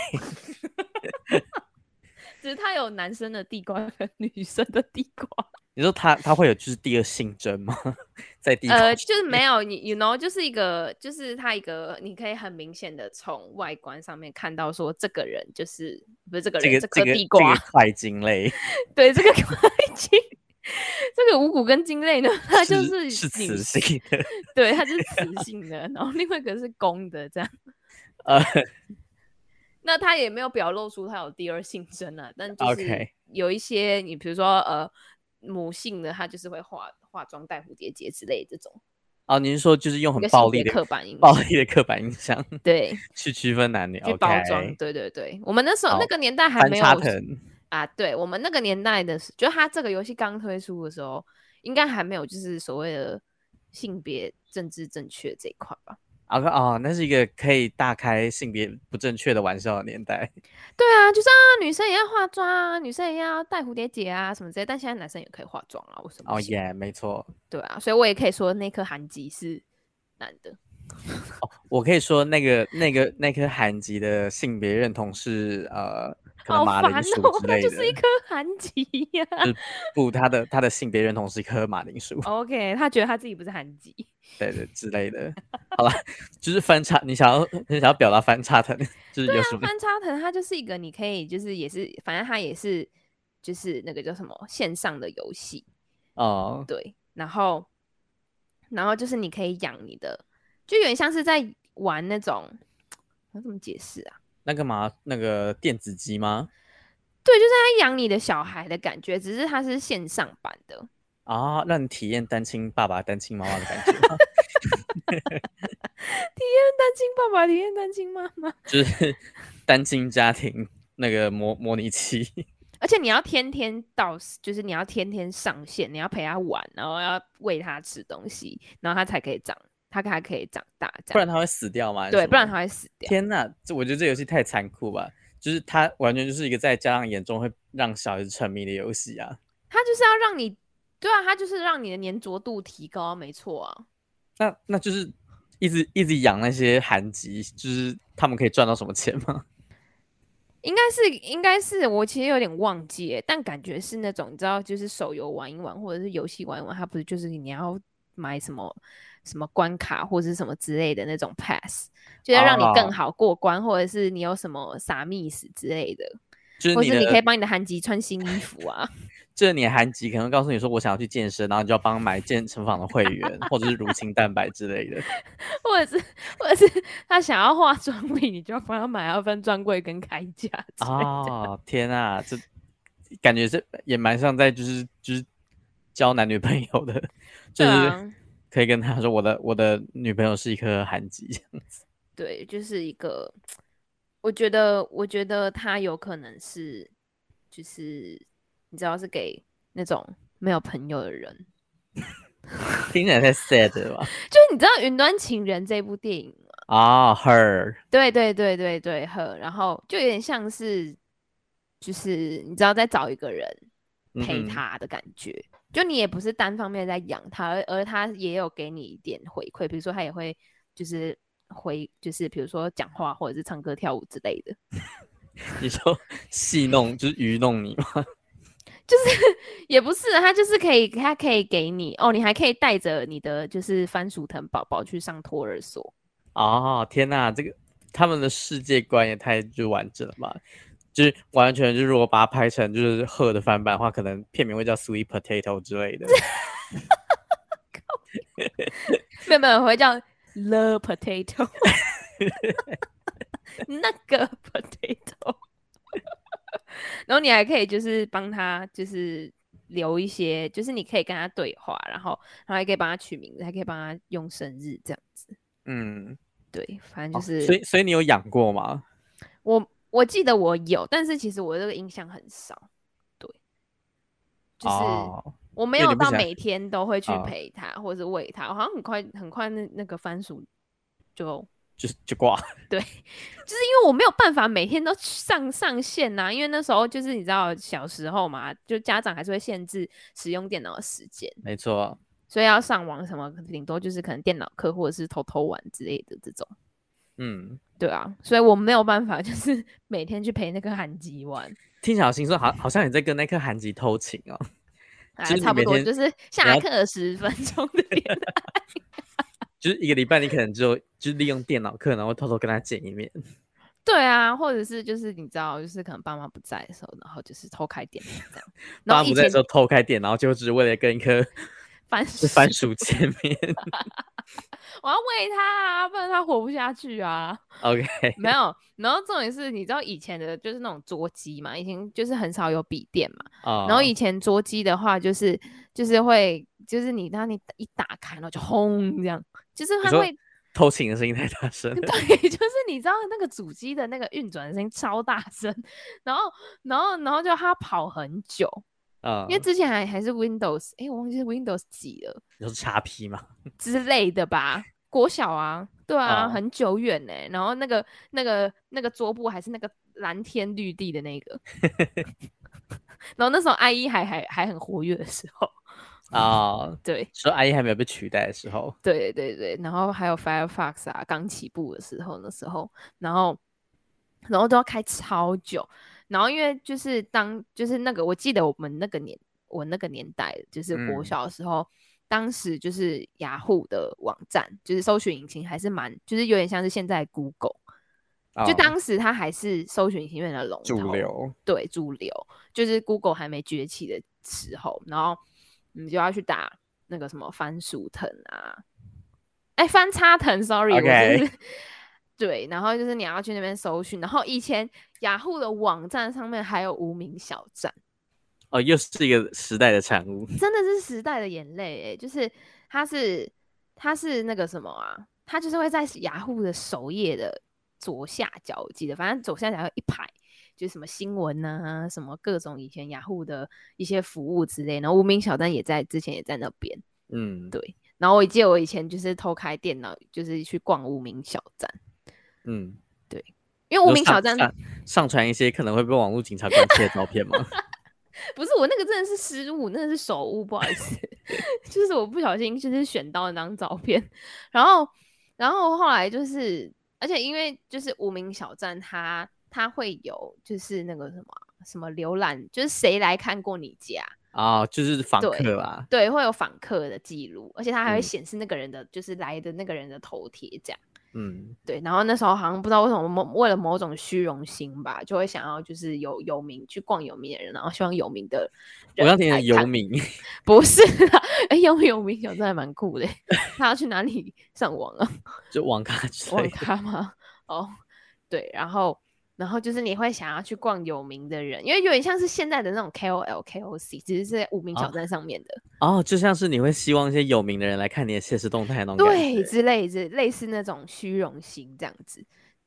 Speaker 2: 只是它有男生的地瓜跟女生的地瓜，
Speaker 1: 你说它它会有就是第二性征吗？在 地瓜
Speaker 2: 呃，就是没有你，you know，就是一个就是它一个，你可以很明显的从外观上面看到说这个人就是不是这个
Speaker 1: 这个
Speaker 2: 人，这
Speaker 1: 这
Speaker 2: 颗
Speaker 1: 个
Speaker 2: 地瓜，
Speaker 1: 这个块茎类。
Speaker 2: 对这个 已经。这个五谷跟茎类呢，它就是是
Speaker 1: 雌
Speaker 2: 女
Speaker 1: 性的，
Speaker 2: 对，它是雌性的，然后另外一个是公的，这样。
Speaker 1: 呃，
Speaker 2: 那它也没有表露出它有第二性征啊，但就是
Speaker 1: OK
Speaker 2: 有一些你比如说呃母性的，它就是会化化妆、戴蝴蝶结之类的这种，
Speaker 1: 哦，您说就是用
Speaker 2: 一
Speaker 1: 很
Speaker 2: 个
Speaker 1: 暴
Speaker 2: 性
Speaker 1: 力
Speaker 2: 别
Speaker 1: 的
Speaker 2: 刻板印
Speaker 1: 暴
Speaker 2: 象，
Speaker 1: 力的刻板印象
Speaker 2: 对，
Speaker 1: 去区分男女
Speaker 2: 去
Speaker 1: ，OK，
Speaker 2: 包装对对对，我们那时候那
Speaker 1: 好
Speaker 2: 个年代还
Speaker 1: 翻
Speaker 2: 没有
Speaker 1: 插藤，
Speaker 2: 啊，对我们那个年代的时，就它这个游戏刚推出的时候，应该还没有就是所谓的性别政治正确这一块吧。
Speaker 1: 啊哦，那是一个可以大开性别不正确的玩笑的年代。
Speaker 2: 对啊，就是啊，女生也要化妆啊，女生也要戴蝴蝶结啊什么之类，但现在男生也可以化妆啊，为什么？
Speaker 1: 哦，耶，没错。
Speaker 2: 对啊，所以我也可以说那颗韩籍是男的。
Speaker 1: 哦，我可以说那个那个那颗韩籍的性别认同是呃，可能
Speaker 2: 好
Speaker 1: 马
Speaker 2: 烦
Speaker 1: 铃薯
Speaker 2: 哦，
Speaker 1: 之
Speaker 2: 它
Speaker 1: 类的。
Speaker 2: 就是一颗韩籍呀、
Speaker 1: 就是不，他的他的性别认同是一颗马铃
Speaker 2: 哦
Speaker 1: 薯，
Speaker 2: OK，他觉得他自己不是韩 籍。
Speaker 1: 对对之类的。好了，就是翻叉，你想要你想要表达翻叉疼，就是有什么？
Speaker 2: 翻插藤它就是一个你可以就是也是反正它也是就是那个叫什么线上的游戏，
Speaker 1: 哦，
Speaker 2: 对，然后然后就是你可以养你的，就有点像是在玩那种，我怎么解释啊？
Speaker 1: 那干嘛？那个电子鸡吗？
Speaker 2: 对，就是在养你的小孩的感觉，只是它是线上版的，
Speaker 1: 啊，让你体验单亲爸爸、单亲妈妈的感觉 吗，
Speaker 2: 单亲爸爸体验单亲妈妈，
Speaker 1: 就是单亲家庭那个模模拟器。
Speaker 2: 而且你要天天到，就是你要天天上线，你要陪他玩，然后要喂他吃东西，然后他才可以长，他才可以长大，这
Speaker 1: 不
Speaker 2: 样
Speaker 1: 然他会死掉吗？还是
Speaker 2: 对，
Speaker 1: 什
Speaker 2: 不然
Speaker 1: 么
Speaker 2: 他会死掉。
Speaker 1: 天呐，这我觉得这游戏太残酷吧！就是它完全就是一个在家长眼中会让小孩子沉迷的游戏啊。
Speaker 2: 他就是要让你，对啊，他就是让你的粘着度提高，没错啊。
Speaker 1: 那那就是一直一直养那些韩籍，就是他们可以赚到什么钱吗？
Speaker 2: 应该是，应该是，我其实有点忘记耶，但感觉是那种你知道，就是手游玩一玩，或者是游戏玩一玩，它不是就是你要买什么什么关卡或者是什么之类的那种 pass，就要让你
Speaker 1: 哦
Speaker 2: 更好过关，或者是你有什么撒 miss 之类的，
Speaker 1: 就是
Speaker 2: 或
Speaker 1: 你
Speaker 2: 是
Speaker 1: 的，
Speaker 2: 你可以帮你的韩籍穿新衣服啊。
Speaker 1: 就是你的韩籍可能会告诉你说我想要去健身，然后你就要帮我买健身房的会员或者是乳清蛋白之类的。
Speaker 2: 或者是或者是他想要化妆品，你就要帮他买要分专柜跟开价 之类的。
Speaker 1: 哦，天啊，这感觉是也蛮像在就是就是交男女朋友的，就
Speaker 2: 对
Speaker 1: 是
Speaker 2: 啊，
Speaker 1: 可以跟他说我的我的女朋友是一颗韩籍。
Speaker 2: 对，就是一个，我觉得，我觉得他有可能是，就是你知道是给那种没有朋友的人，
Speaker 1: 听起来太 sad 了吧？
Speaker 2: 就是你知道《云端情人》这部电影吗？
Speaker 1: 啊、h e r
Speaker 2: 对对对对对，呵，然后就有点像是，就是你知道在找一个人陪
Speaker 1: 嗯哼
Speaker 2: 他的感觉。就你也不是单方面在养他，而而他也有给你一点回馈，比如说他也会就是回，就是比如说讲话或者是唱歌跳舞之类的，
Speaker 1: 你说戏弄就是愚弄你吗？
Speaker 2: 也不是，他就是可以，他可以给你哦，你还可以带着你的就是番薯藤宝宝去上托儿所。
Speaker 1: 哦，天呐，这个他们的世界观也太就完整了吧？就是完全就是如果把它拍成就是鹤的翻版的话，可能片名会叫 Sweet Potato 之类的。
Speaker 2: 没有没有，我会叫 the potato，那个 potato，然后你还可以就是帮他就是留一些，就是你可以跟他对话，然后然后还可以帮他取名字，还可以帮他用生日这样子。
Speaker 1: 嗯，
Speaker 2: 对，反正
Speaker 1: 哦
Speaker 2: 就是、
Speaker 1: 所以所以你有养过吗？
Speaker 2: 我我记得我有，但是其实我这个印象很少。对，就是。
Speaker 1: 哦，
Speaker 2: 我没
Speaker 1: 所以
Speaker 2: 有
Speaker 1: 你不
Speaker 2: 到
Speaker 1: 想
Speaker 2: 每天都会去
Speaker 1: 啊
Speaker 2: 陪他、或者喂他，我好像很快很快那那个番薯就
Speaker 1: 就是就挂。
Speaker 2: 就是因为我没有办法每天都上上线呐、因为那时候就是你知道小时候嘛，就家长还是会限制使用电脑的时间，
Speaker 1: 没错，
Speaker 2: 所以要上网什么，顶多就是可能电脑课或者是偷偷玩之类的这种。
Speaker 1: 嗯，
Speaker 2: 对啊，所以我没有办法，就是每天去陪那个韩吉玩，
Speaker 1: 听起来好心酸，好好像你在跟那颗韩籍偷情哦。
Speaker 2: 啊
Speaker 1: 其实，你
Speaker 2: 差不
Speaker 1: 每
Speaker 2: 多
Speaker 1: 天
Speaker 2: 就是
Speaker 1: 要
Speaker 2: 下课十分钟的 恋爱。
Speaker 1: 就是一个礼拜你可能只有就是利用电脑课，然后偷偷跟他见一面。
Speaker 2: 对啊，或者是就是你知道，就是可能爸妈不在的时候，然后就是偷开电脑这样。然
Speaker 1: 爸
Speaker 2: 后
Speaker 1: 不
Speaker 2: 以
Speaker 1: 在的
Speaker 2: 前
Speaker 1: 时候偷开电脑，结果只是为了跟一颗
Speaker 2: 番
Speaker 1: 是
Speaker 2: 薯，
Speaker 1: 番薯见面。
Speaker 2: 我要喂它啊，不然它活不下去啊。
Speaker 1: OK，
Speaker 2: 没有，然后重点是，你知道以前的就是那种桌机嘛，以前就是很少有笔电嘛。
Speaker 1: 啊、
Speaker 2: 然后以前桌机的话，就是就是会，就是你当你一打开，然后就轰这样，就是它
Speaker 1: 说
Speaker 2: 会
Speaker 1: 偷情的声音太大 声了。
Speaker 2: 对，就是你知道那个主机的那个运转的声音超大声，然后然后然后就它跑很久，
Speaker 1: 啊，
Speaker 2: 因为之前还还是 Windows，哎、我忘记是 Windows 几了
Speaker 1: 你说叉 P 吗？
Speaker 2: 之类的吧，国小啊，对啊，
Speaker 1: 哦
Speaker 2: 很久远呢、然后那个那个那个桌布还是那个蓝天绿地的那个， 然后那时候 I 一还还还很活跃的时候，
Speaker 1: 啊，
Speaker 2: 对
Speaker 1: 说阿姨还没有被取代的时候，
Speaker 2: 对对对，然后还有 Firefox 啊，刚起步的时候，那时候，然后然后都要开超久，然后因为就是当就是那个，我记得我们那个年我那个年代就是国
Speaker 1: 嗯
Speaker 2: 小的时候，当时就是雅虎的网站，就是搜寻引擎还是蛮，就是有点像是现在 Google，、就
Speaker 1: 哦
Speaker 2: 当时它还是搜寻引擎里面的龙
Speaker 1: 主
Speaker 2: 头
Speaker 1: 流，
Speaker 2: 对主流，就是 Google 还没崛起的时候，然后你就要去打那个什么番薯藤啊，哎、翻叉藤，sorry，我真
Speaker 1: OK
Speaker 2: 是对，然后就是你要去那边搜寻，然后以前雅虎的网站上面还有无名小站，
Speaker 1: 哦，又是一个时代的产物，
Speaker 2: 真的是时代的眼泪哎、就是它是它是那个什么啊，它就是会在雅虎的首页的左下角，我记得，反正左下角有一排。就是什么新闻啊，什么各种以前雅虎的一些服务之类，然后无名小站也在之前也在那边，
Speaker 1: 嗯，
Speaker 2: 对然后我记得我以前就是偷开电脑，就是去逛无名小站，
Speaker 1: 嗯，
Speaker 2: 因为无
Speaker 1: 就
Speaker 2: 名小
Speaker 1: 上
Speaker 2: 站
Speaker 1: 上上传一些可能会被网络警察关切的照片嘛，
Speaker 2: 不是我那个真的是失误，那个是手误，不好意思， 就是我不小心就是选到那张照片，然后然后后来就是，而且因为就是无名小站它它会有就是那个什么啊什么浏览，就是谁来看过你家，
Speaker 1: 啊，就是访
Speaker 2: 对
Speaker 1: 客啊啦，
Speaker 2: 对，会有访客的记录，而且它还会
Speaker 1: 嗯
Speaker 2: 显示那个人的、就是来的那个人的头贴这样。
Speaker 1: 嗯，
Speaker 2: 对，然后那时候好像不知道为什么某为了某种虚荣心吧，就会想要就是有有名去逛有名的人，然后希望有名的
Speaker 1: 我
Speaker 2: 人
Speaker 1: 刚听
Speaker 2: 来
Speaker 1: 成游
Speaker 2: 看
Speaker 1: 民，
Speaker 2: 不是啦，哎、有名有名小站还蛮酷的，欸 他要去哪里上 网啊？
Speaker 1: 就网咖之
Speaker 2: 网
Speaker 1: 类的，
Speaker 2: 咖吗？ 哦，对，然后然后就是你会想要去逛有名的人，因为有点像是现在的那种 KOL、KOC，只是是在无名小
Speaker 1: 啊
Speaker 2: 站上面的，
Speaker 1: 哦，就像是你会希望一些有名的人来看你的现实动态那种感
Speaker 2: 对，
Speaker 1: 觉，
Speaker 2: 之类之类似那种虚荣心这样子，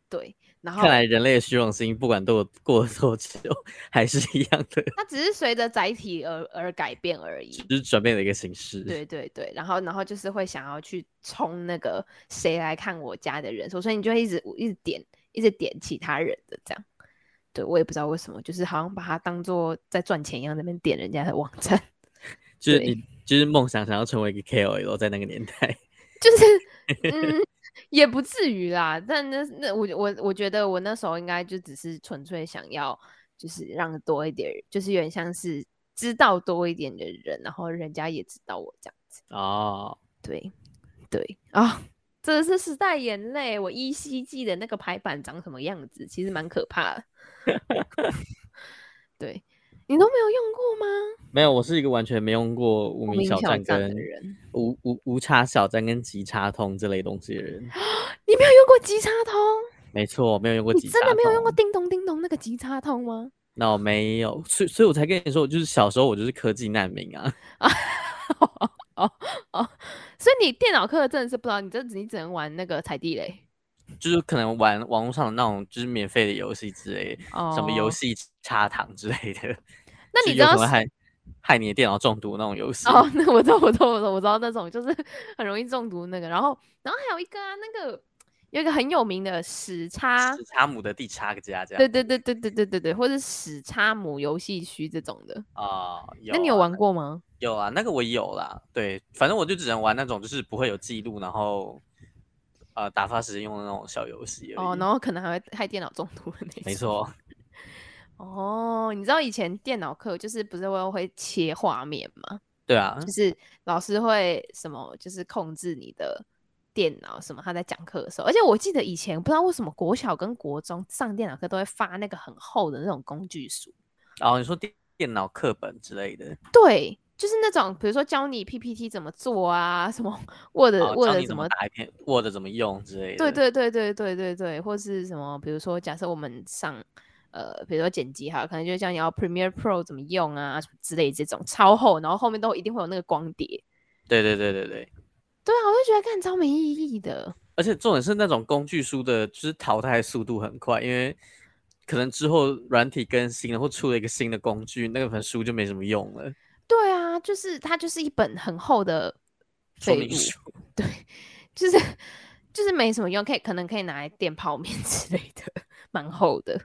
Speaker 2: 对，然后
Speaker 1: 看来人类的虚荣心不管多过了多久，还是一样的，
Speaker 2: 它只是随着载体而而改变而已，
Speaker 1: 就是转变了一个形式，
Speaker 2: 对对对，然后然后就是会想要去冲那个谁来看我家的人数，所以你就会一直一直点一直点其他人的这样。对我也不知道为什么，就是好像把它当做在赚钱一样，在那边点人家的网站，
Speaker 1: 就是
Speaker 2: 对
Speaker 1: 你就是梦想想要成为一个 KOL，在那个年代，
Speaker 2: 就是嗯也不至于啦。但那那我我我觉得我那时候应该就只是纯粹想要，就是让多一点人，就是有点像是知道多一点的人，然后人家也知道我这样子。
Speaker 1: 哦，
Speaker 2: 对对啊、真的是时代眼泪。我依稀记得那个排版长什么样子，其实蛮可怕的。 对你都没有用过吗？
Speaker 1: 没有，我是一个完全没用过无
Speaker 2: 无
Speaker 1: 名小站
Speaker 2: 站的
Speaker 1: 跟
Speaker 2: 人，
Speaker 1: 无无无叉小站跟极叉通这类东西的人，
Speaker 2: 你没有用过吉叉通？
Speaker 1: 没错，我没有用过
Speaker 2: 你
Speaker 1: 极叉
Speaker 2: 真
Speaker 1: 通，
Speaker 2: 的没有用过叮咚叮咚那个吉叉通吗？
Speaker 1: 那我没有，所以所以我才跟你说，我就是小时候我就是科技难民啊，
Speaker 2: 所以你电脑课真的是不知道，你这你只能玩那个踩地雷
Speaker 1: 就是可能玩网络上的那种就是免费的游戏之类，
Speaker 2: 哦。
Speaker 1: 什么游？戏插糖之类的，
Speaker 2: 那
Speaker 1: 就
Speaker 2: 你知
Speaker 1: 有可
Speaker 2: 道
Speaker 1: 能
Speaker 2: 是
Speaker 1: 害害你的电脑中毒那种游戏
Speaker 2: 哦，那我知道，我知道，我知道，我知道那种就是很容易中毒那个。然后，然后还有一个啊，那个有一个很有名的时差
Speaker 1: 是，查姆的第叉个家这
Speaker 2: 啊对
Speaker 1: 样
Speaker 2: 对对对对对对对，或者史插母游戏区这种的。
Speaker 1: 啊、
Speaker 2: 那你有
Speaker 1: 啊
Speaker 2: 玩过吗？
Speaker 1: 有啊，那个我也有啦。对，反正我就只能玩那种就是不会有记录，然后呃打发时间用的那种小游戏而已。
Speaker 2: 哦，然后可能还会害电脑中毒的那种。
Speaker 1: 没。错，
Speaker 2: 哦，你知道以前电脑课就是不是会会切画面吗？
Speaker 1: 对啊，
Speaker 2: 就是老师会什么，就是控制你的电脑什么，他在讲课的时候。而且我记得以前不知道为什么国小跟国中上电脑课都会发那个很厚的那种工具书。
Speaker 1: 然哦后你说电电脑课本之类的，
Speaker 2: 对，就是那种比如说教你 PPT 怎么做啊，什么 Word、
Speaker 1: 哦教
Speaker 2: Word
Speaker 1: 你怎
Speaker 2: 么
Speaker 1: 打一篇 Word 怎么用之类的。
Speaker 2: 对，对对对对对对，或是什么，比如说假设我们上呃，比如说剪辑哈，可能就像你要 Premiere Pro 怎么用啊什么之类这种超厚，然后后面都一定会有那个光碟。
Speaker 1: 对对对对对。
Speaker 2: 对啊，我就觉得看超没意义的。
Speaker 1: 而且重点是那种工具书的，就是淘汰速度很快，因为可能之后软体更新了或出了一个新的工具，那本书就没什么用了。
Speaker 2: 对啊， 就是它就是一本很厚的
Speaker 1: 说
Speaker 2: 废
Speaker 1: 明
Speaker 2: 物，
Speaker 1: 书
Speaker 2: 就是就是没什么用，可以可能可以拿来垫泡面 之类的，蛮厚的。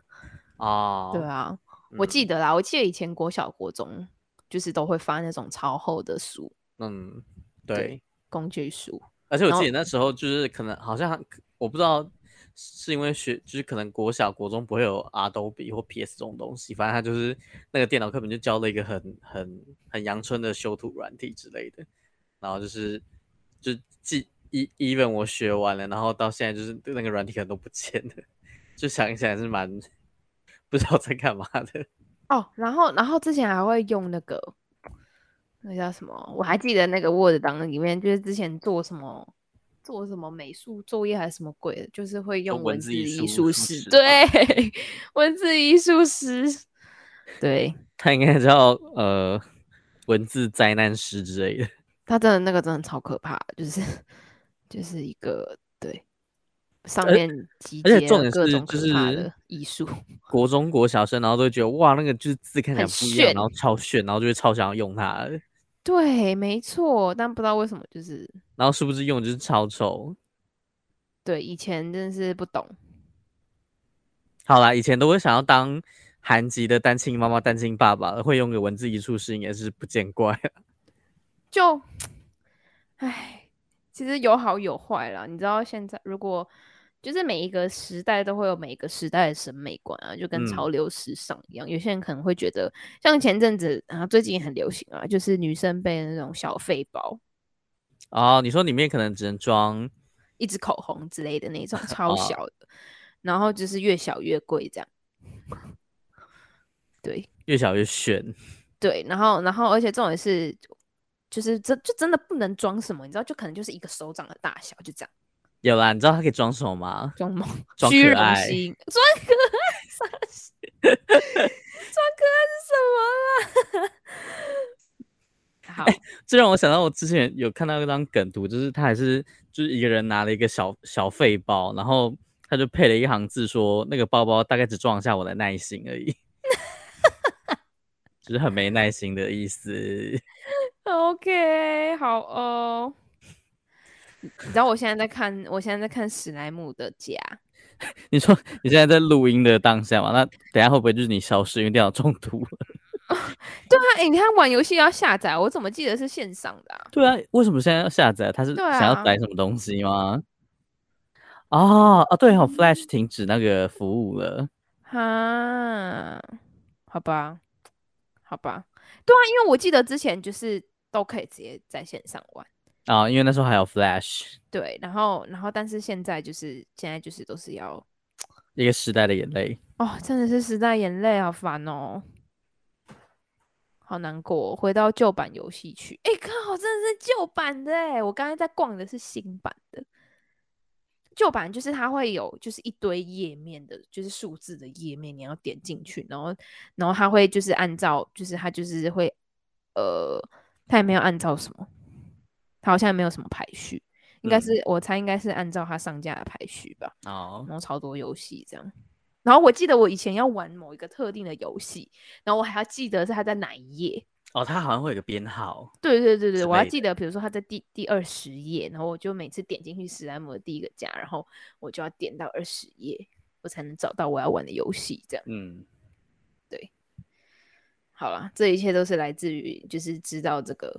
Speaker 1: 哦，
Speaker 2: 对啊，我
Speaker 1: 嗯
Speaker 2: 记得啦，我记得以前国小、国中就是都会发那种超厚的书，
Speaker 1: 嗯，
Speaker 2: 对
Speaker 1: 对，
Speaker 2: 工具书。
Speaker 1: 而且我
Speaker 2: 然
Speaker 1: 记
Speaker 2: 后
Speaker 1: 得那时候就是可能好像我不知道是因为学就是可能国小国中不会有 Adobe 或 PS 这种东西，反正它就是那个电脑课本就教了一个很很很阳春的修图软体之类的，然后就是就记 e even 我学完了，然后到现在就是那个软体可能都不见了，就想一想还是蛮不知道在干嘛的。
Speaker 2: 哦，然后然后之前还会用那个那叫什么？我还记得那个 Word 档里面，就是之前做什么做什么美术作业还是什么鬼的，就是会用
Speaker 1: 哦文
Speaker 2: 文
Speaker 1: 字
Speaker 2: 字
Speaker 1: 艺术
Speaker 2: 艺
Speaker 1: 术
Speaker 2: 术师，
Speaker 1: 史
Speaker 2: 对，文字艺术师，对
Speaker 1: 它应该叫呃文字灾难师之类的。
Speaker 2: 他真的那个真的超可怕，就是就是一个对上
Speaker 1: 而
Speaker 2: 面集
Speaker 1: 而
Speaker 2: 结
Speaker 1: 且重点
Speaker 2: 了各
Speaker 1: 是
Speaker 2: 种
Speaker 1: 就
Speaker 2: 可
Speaker 1: 是
Speaker 2: 怕的艺术，
Speaker 1: 国中国小生，然后都会觉得哇，那个就是字看起来
Speaker 2: 很
Speaker 1: 不一样，
Speaker 2: 炫
Speaker 1: 然后超炫，然后就会超想要用它，
Speaker 2: 对，没错，但不知道为什么就是
Speaker 1: 然后殊不知用的就是超丑。
Speaker 2: 对以前真的是不懂。
Speaker 1: 好啦，以前都会想要当韩籍的单亲妈妈、单亲爸爸，会用个文字一处适应也是不见怪。
Speaker 2: 就，唉，其实有好有坏啦。你知道现在如果就是每一个时代都会有每一个时代的审美观啊，就跟
Speaker 1: 嗯
Speaker 2: 潮流时尚一样。有些人可能会觉得，像前阵子啊，最近很流行啊，就是女生背的那种小费包、
Speaker 1: 哦，你说里面可能只能装
Speaker 2: 一支口红之类的那种超
Speaker 1: 哦
Speaker 2: 小的，然后就是越小越贵这样。对，
Speaker 1: 越小越炫，
Speaker 2: 对，然后然后而且重点是，就是这就真的不能装什么，你知道，就可能就是一个手掌的大小，就这样。
Speaker 1: 有啦，你知道它可以装什么吗？
Speaker 2: 装萌，
Speaker 1: 装
Speaker 2: 虚
Speaker 1: 可
Speaker 2: 荣
Speaker 1: 爱
Speaker 2: 心，装可爱，傻笑装可爱是什么啦？好，
Speaker 1: 这让我想到我之前有看到一张梗图，就是他还是就是一个人拿了一个小小废包，然后他就配了一行字说那个包包大概只装得下我的耐心而已， 就是很没耐心的意思。
Speaker 2: OK，好哦。你你知道我现在在看，我现在在看史莱姆的家，
Speaker 1: 你说你现在在录音的当下嘛？那等一下会不会就是你消失因为电脑中毒了？
Speaker 2: 对啊，哎、你看玩游戏要下载，我怎么记得是线上的啊？
Speaker 1: 对啊，为什么现在要下载？他是
Speaker 2: 对啊
Speaker 1: 想要载什么东西吗？哦哦，对哦，Flash 停止那个服务了。
Speaker 2: 哈，好吧，好吧，对啊，因为我记得之前就是都可以直接在线上玩。
Speaker 1: 啊、因为那时候还有 Flash，
Speaker 2: 对，然后然后但是现在就是现在就是都是要
Speaker 1: 一个时代的眼泪。
Speaker 2: 哦，真的是时代眼泪，好烦哦，好难过哦、回到旧版游戏去，哎靠，真的是旧版的哎，我刚才在逛的是新版的。旧版就是它会有就是一堆页面的，就是数字的页面，你要点进去，然后然后它会就是按照就是它就是会呃，它也没有按照什么，它好像没有什么排序，应该
Speaker 1: 嗯
Speaker 2: 是、我猜应该是按照它上架的排序吧。
Speaker 1: 哦
Speaker 2: 然后超多游戏这样。然后我记得我以前要玩某一个特定的游戏，然后我还要记得是它在哪一页。
Speaker 1: 哦，它好像会有个编号
Speaker 2: 对对对对，
Speaker 1: 之
Speaker 2: 我要
Speaker 1: 类
Speaker 2: 记得，比如说它在第第二十页，然后我就每次点进去史莱姆的第一个家，然后我就要点到二十页，我才能找到我要玩的游戏。这样
Speaker 1: 嗯，
Speaker 2: 好了，这一切都是来自于就是知道这个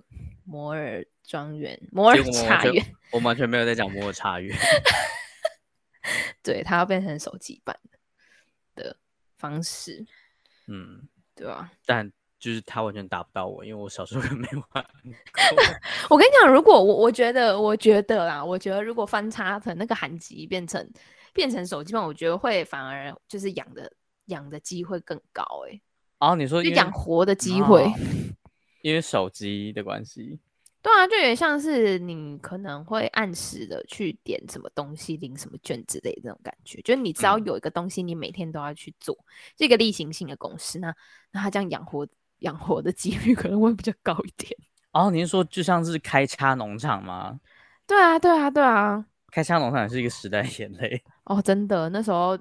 Speaker 2: 摩尔庄园、摩尔
Speaker 1: 结果我
Speaker 2: 茶
Speaker 1: 完
Speaker 2: 园
Speaker 1: 全，我们完全没有在讲摩尔茶园。
Speaker 2: 对它要变成手机版的方式，
Speaker 1: 嗯，
Speaker 2: 对吧、
Speaker 1: 但就是它完全打不到我，因为我小时候根本没玩
Speaker 2: 我跟你讲，如果我我觉得，我觉得啦，我觉得如果翻插成那个韩籍变成变成手机版，我觉得会反而就是养的养的机会更高、欸，
Speaker 1: 哦，你说
Speaker 2: 就
Speaker 1: 因为
Speaker 2: 养活的机会。
Speaker 1: 哦因为手机的关系。
Speaker 2: 对啊，就有点像是你可能会按时的去点什么东西、领什么券之类的那种感觉，就是你只要
Speaker 1: 嗯
Speaker 2: 有一个东西，你每天都要去做，这个例行性的公司，那那它这样养活养活的几率可能会比较高一点。
Speaker 1: 哦，您说就像是开叉农场吗？
Speaker 2: 对啊，对啊，对啊。
Speaker 1: 开叉农场也是一个时代的眼 泪
Speaker 2: 哦，真的，那时候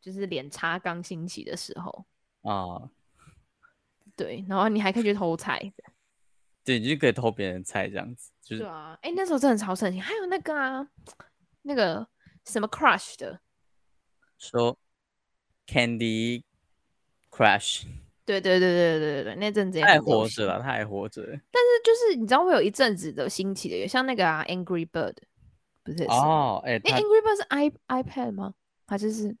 Speaker 2: 就是脸插刚兴起的时候，
Speaker 1: 啊、
Speaker 2: 对，然后你还可以去偷菜，
Speaker 1: 对，你就可以偷别人的菜这样子，就是
Speaker 2: 对啊，哎、那时候真的超盛行。还有那个啊，那个什么 Crush 的，
Speaker 1: 说 Candy Crush，
Speaker 2: 对对对对对对对，那阵子也
Speaker 1: 太
Speaker 2: 很流
Speaker 1: 活
Speaker 2: 行
Speaker 1: 着了，太活着了
Speaker 2: 但是就是你知道会有一阵子的兴起的，有像那个啊 Angry Bird，不是也是吗
Speaker 1: 哦，哎、
Speaker 2: 那
Speaker 1: 他
Speaker 2: Angry Bird 是 i iPad 吗？还是是？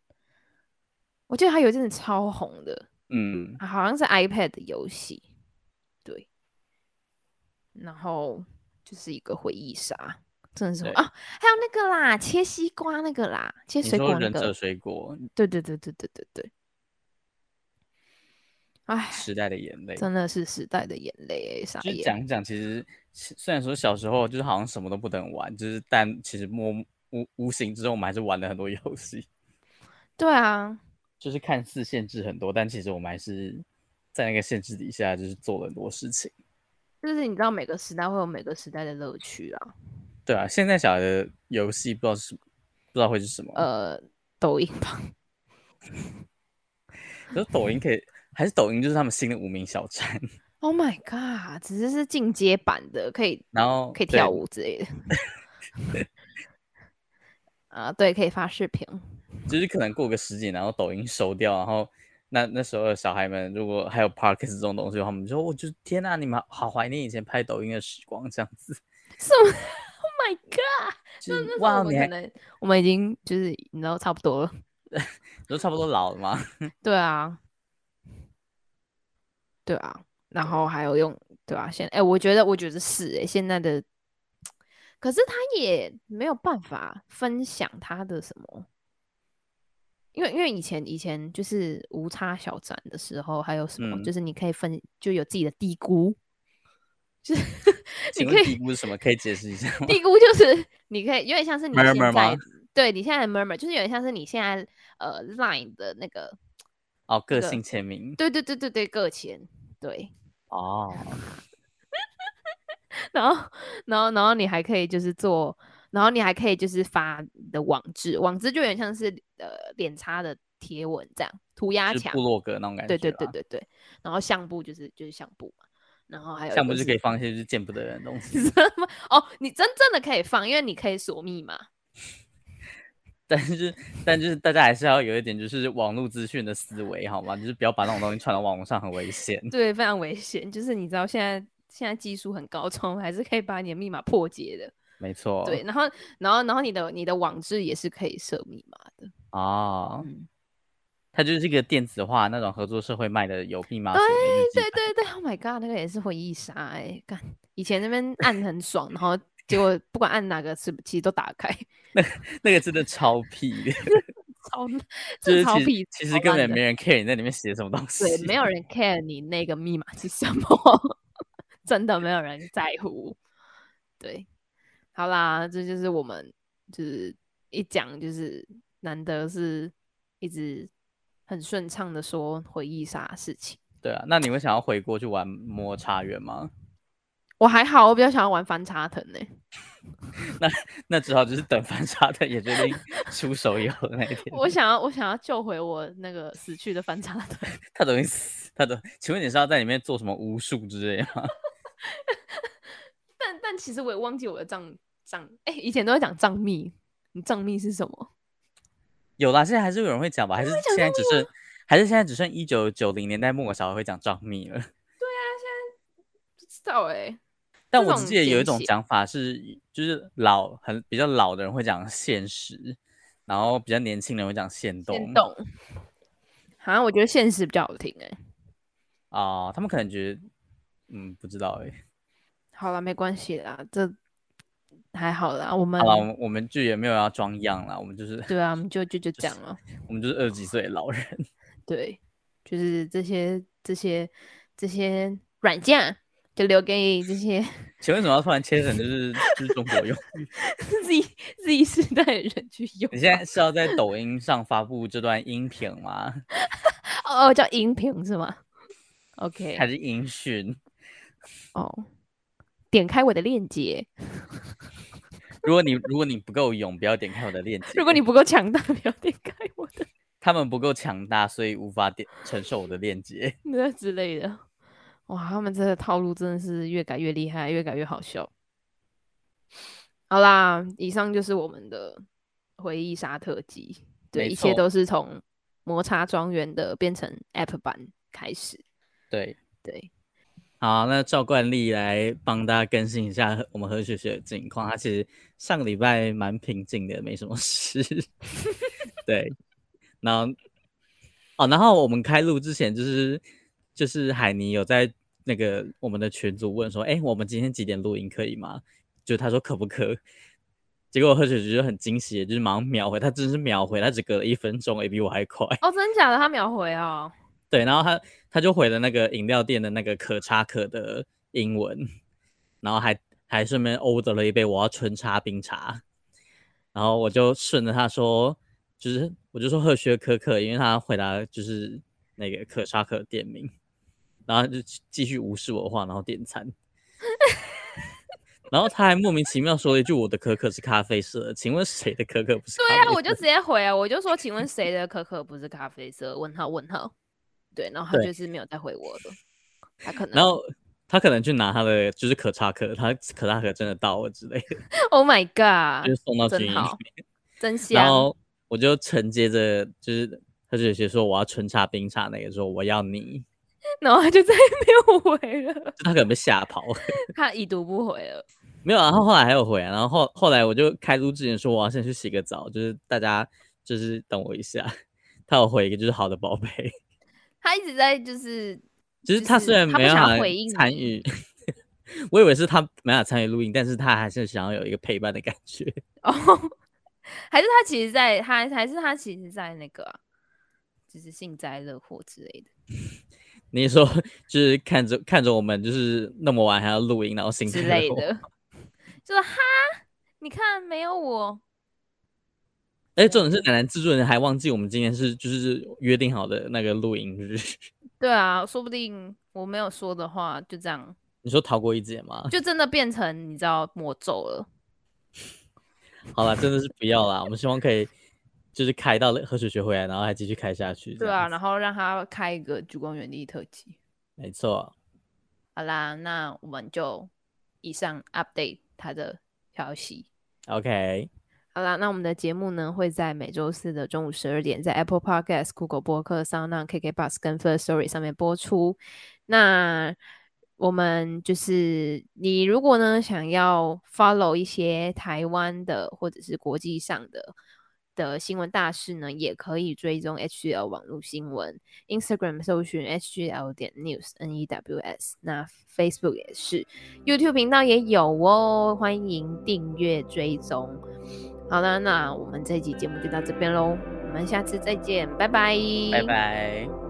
Speaker 2: 我记得它有一阵子超红的，
Speaker 1: 嗯，
Speaker 2: 啊好像是 iPad 的游戏，对。然后就是一个回忆杀，真的是
Speaker 1: 对
Speaker 2: 啊，还有那个啦，切西瓜那个啦，切
Speaker 1: 你
Speaker 2: 水
Speaker 1: 说
Speaker 2: 果那
Speaker 1: 忍者
Speaker 2: 个，
Speaker 1: 水果
Speaker 2: 对对对对对对对。哎，
Speaker 1: 时代的眼泪，
Speaker 2: 真的是时代的眼泪欸，傻
Speaker 1: 就是
Speaker 2: 眼。
Speaker 1: 讲一讲，其实是虽然说小时候就是好像什么都不能玩，就是但其实摸无无形之中我们还是玩了很多 游戏，
Speaker 2: 对啊，
Speaker 1: 就是看似限制很多，但其实我们还是在那个限制底下，就是做了很多事情。
Speaker 2: 就是你知道每个时代会有每个时代的乐趣啊。
Speaker 1: 对啊，现在小孩的游戏不知道是什么，不知道会是什么。
Speaker 2: 呃，抖音吧，
Speaker 1: 可是抖音可以，还是抖音就是他们新的无名小站，
Speaker 2: Oh my god！只是是进阶版的，可以
Speaker 1: 然后
Speaker 2: 可以
Speaker 1: 哦对
Speaker 2: 跳舞之类的。 啊，对，可以发视频。Oh
Speaker 1: 就是可能过个十几年，然后抖音收掉，然后那那时候的小孩们如果还有 Parkes 这种东西的话，他们就说我就天呐、你们好怀念以前拍抖音的时光这样子。
Speaker 2: 什么？Oh my god！
Speaker 1: 就是
Speaker 2: 那时候
Speaker 1: 哇，
Speaker 2: 我们
Speaker 1: 你
Speaker 2: 可
Speaker 1: 还
Speaker 2: 能我们已经就是你知道差不多了。
Speaker 1: 你都差不多老了吗？
Speaker 2: 对啊，对啊，然后还有用对啊，现哎、我觉得我觉得是哎、现在的，可是他也没有办法分享他的什么，因为因为以前以前就是无差小展的时候，还有什么、
Speaker 1: 嗯
Speaker 2: 就是你可以分就有自己的低估， 就是 你
Speaker 1: 请
Speaker 2: 可
Speaker 1: 问
Speaker 2: 以
Speaker 1: 低估是什么？可以解释一下吗？
Speaker 2: 低估就是你可以有点像是你现
Speaker 1: Murmur 吗
Speaker 2: 在对你现在的 murmur 就是有点像是你现在呃 line 的那个
Speaker 1: 哦，个
Speaker 2: 个
Speaker 1: 性签名
Speaker 2: 对对对对对，个钱，对，
Speaker 1: 哦，
Speaker 2: 然后然后然后你还可以就是做，然后你还可以就是发你的网志，网志就有点像是呃脸插的贴文这样，涂鸦
Speaker 1: 就是
Speaker 2: 墙
Speaker 1: 部，落格那种感觉
Speaker 2: 对
Speaker 1: 啦。
Speaker 2: 对对对对，然后相簿就是就是相簿嘛，然后还有一
Speaker 1: 像
Speaker 2: 个
Speaker 1: 不是
Speaker 2: 是
Speaker 1: 可以放一些就是见不得人的东西，
Speaker 2: 什么哦，你真正的可以放，因为你可以锁密码，
Speaker 1: 但是但就是大家还是要有一点就是网络资讯的思维好吗？就是不要把那种东西传到网络上，很危险。
Speaker 2: 对，非常危险，就是你知道现在现在技术很高超，还是可以把你的密码破解的，
Speaker 1: 没错，
Speaker 2: 对，然后然后然后你的你的网志也是可以设密码的，
Speaker 1: 哦，
Speaker 2: 嗯。
Speaker 1: 它就是一个电子化那种合作社会卖的有密码锁
Speaker 2: 对
Speaker 1: 的日记
Speaker 2: 对对对，Oh my god，那个也是回忆杀哎、干以前那边按很爽，然后结果不管按哪个是其实都打开，
Speaker 1: 本，那个真的超屁的，
Speaker 2: 超
Speaker 1: 就
Speaker 2: 真的
Speaker 1: 是
Speaker 2: 超
Speaker 1: 其
Speaker 2: 屁
Speaker 1: 实，其实
Speaker 2: 超
Speaker 1: 根
Speaker 2: 烂
Speaker 1: 本
Speaker 2: 的
Speaker 1: 没人 care 你在里面写什么东西，
Speaker 2: 对，没有人 care 你那个密码是什么， 真的没有人在乎。对，好啦，这就是我们就是一讲就是难得是一直很顺畅的说回忆杀的事情。
Speaker 1: 对啊，那你会想要回国去玩摩擦园吗？
Speaker 2: 我还好，我比较想要玩翻叉藤欸 呢、
Speaker 1: 那只好就是等翻沙的也决定出手以后的那一天，
Speaker 2: 我想要，我想要救回我那个死去的翻叉腿，
Speaker 1: 他等于死，他等，请问你是要在里面做什么巫术之类吗？
Speaker 2: 但但其实我也忘记我的账账，哎、以前都会讲账密，你账密是什么？
Speaker 1: 有啦，现在还是有人会讲吧，还是现在只剩，还是现在只剩一九九零年代末的小孩会讲账密了。
Speaker 2: 不知道哎、
Speaker 1: 但
Speaker 2: 这
Speaker 1: 我
Speaker 2: 种
Speaker 1: 只记得有一
Speaker 2: 简
Speaker 1: 种
Speaker 2: 写
Speaker 1: 讲法是，就是老很比较老的人会讲现实，然后比较年轻人会讲现动。
Speaker 2: 电动。好像我觉得现实比较好听哎、
Speaker 1: 啊、他们可能觉得，嗯，不知道哎、
Speaker 2: 好了，没关系啦，这还好啦，我们
Speaker 1: 好了，我们我们就也没有要装样啦，我们就是
Speaker 2: 对啊，我们就就就这样了。
Speaker 1: 我们就是二十几岁的老人。
Speaker 2: 对，就是这些这些这些软件就留给这些
Speaker 1: 请问为什么要突然切成就是就是中国用？
Speaker 2: Z Z 时代的人去用。
Speaker 1: 你现在是要在抖音上发布这段音频吗？
Speaker 2: 哦，叫音频是吗？OK，
Speaker 1: 还是音讯？
Speaker 2: 哦，点开我的链接，
Speaker 1: 如果你如果你不够勇，不要点开我的链接。
Speaker 2: 如果你不够强大，不要点开我的
Speaker 1: 他们不够强大，所以无法点承受我的链接。
Speaker 2: 那之类的。哇，他们这个套路真的是越改越厉害，越改越好笑。好啦，以上就是我们的回忆杀特辑，对，
Speaker 1: 没
Speaker 2: 一切
Speaker 1: 错
Speaker 2: 都是从摩擦庄园的变成 App 版开始。
Speaker 1: 对，
Speaker 2: 对，
Speaker 1: 好，那照惯例来帮大家更新一下我们何雪雪的近况。她其实上个礼拜蛮平静的，没什么事。对，然后哦，然后我们开录之前，就是就是海尼有在那个我们的群组问说，哎，我们今天几点录音可以吗？就他说可不可？结果何雪雪就很惊喜，就是马上秒回，她真的是秒回，她只隔了一分钟，也比我还快。
Speaker 2: 哦，真的假的？他秒回哦，
Speaker 1: 对，然后他他就回了那个饮料店的那个可叉可的英文，然后还还顺便 order 了一杯我要纯茶冰茶，然后我就顺着他说，就是我就说赫薛可可，因为他回答就是那个可叉可店名，然后他就继续无视我的话，然后点餐。 然后他还莫名其妙说了一句：“我的可可是咖啡色的，请问谁的可可不是咖啡色？”
Speaker 2: 对啊，我就直接回啊，我就说，请问谁的可可不是咖啡色？问号问号。对，然后他
Speaker 1: 对
Speaker 2: 就是没有再回我的，他可能。
Speaker 1: 然后他可能去拿他的就是可叉可，他可叉可真的到了之类的，
Speaker 2: Oh my god！
Speaker 1: 就是送到
Speaker 2: 真
Speaker 1: 军营里
Speaker 2: 好
Speaker 1: 面。
Speaker 2: 真
Speaker 1: 然
Speaker 2: 香，
Speaker 1: 后我就承接着，就是他就写说我要春茶冰茶那个，说我要你，
Speaker 2: 然后他就再也没有回了，
Speaker 1: 就他可能被吓跑了。
Speaker 2: 他已读不回了。
Speaker 1: 没有，然啊后后来还有回来，然后后后来我就开录之前说我要先去洗个澡，就是大家就是等我一下。他有回一个就是好的宝贝，
Speaker 2: 他一直在就是
Speaker 1: 就是
Speaker 2: 就
Speaker 1: 他
Speaker 2: 是
Speaker 1: 虽然
Speaker 2: 他不
Speaker 1: 没办
Speaker 2: 想
Speaker 1: 法
Speaker 2: 回应
Speaker 1: 参
Speaker 2: 你
Speaker 1: 与， 我以为是他没办法参与录音，但是他还是想要有一个陪伴的感觉。
Speaker 2: 哦， 还是他其实在，他还是他其实在那个啊、就是幸灾乐祸之类的
Speaker 1: 你说就是看着看着我们就是那么晚还要录音，然后心
Speaker 2: 之
Speaker 1: 情
Speaker 2: 类的， 就是哈，你看没有我，
Speaker 1: 哎，重点是奶奶制作人还忘记我们今天是就是约定好的那个录音日。
Speaker 2: 对啊，说不定我没有说的话，就这样，
Speaker 1: 你说逃过一劫吗？
Speaker 2: 就真的变成你知道魔咒了。
Speaker 1: 好啦，真的是不要啦。我们希望可以就是开到喝水学回来，然后还继续开下去。
Speaker 2: 对啊，然
Speaker 1: 后
Speaker 2: 后让他开一个烛光原地特辑。
Speaker 1: 没错，
Speaker 2: 好啦，那我们就以上 update 他的消息。
Speaker 1: OK，
Speaker 2: 好啦，那我们的节目呢会在每周四的中午十二点，在 Apple Podcast、Google 播客、Sound On、KK Bus 跟 First Story 上面播出。那我们就是你如果呢想要 follow 一些台湾的或者是国际上的的新闻大事呢，也可以追踪 HGL 网络新闻，Instagram 搜寻 HGL 点 news n e w s，那 Facebook 也是。YouTube 频道也有哦，欢迎订阅追踪。好啦，那我们这一集节目就到这边喽，我们下次再见，拜拜，
Speaker 1: 拜拜。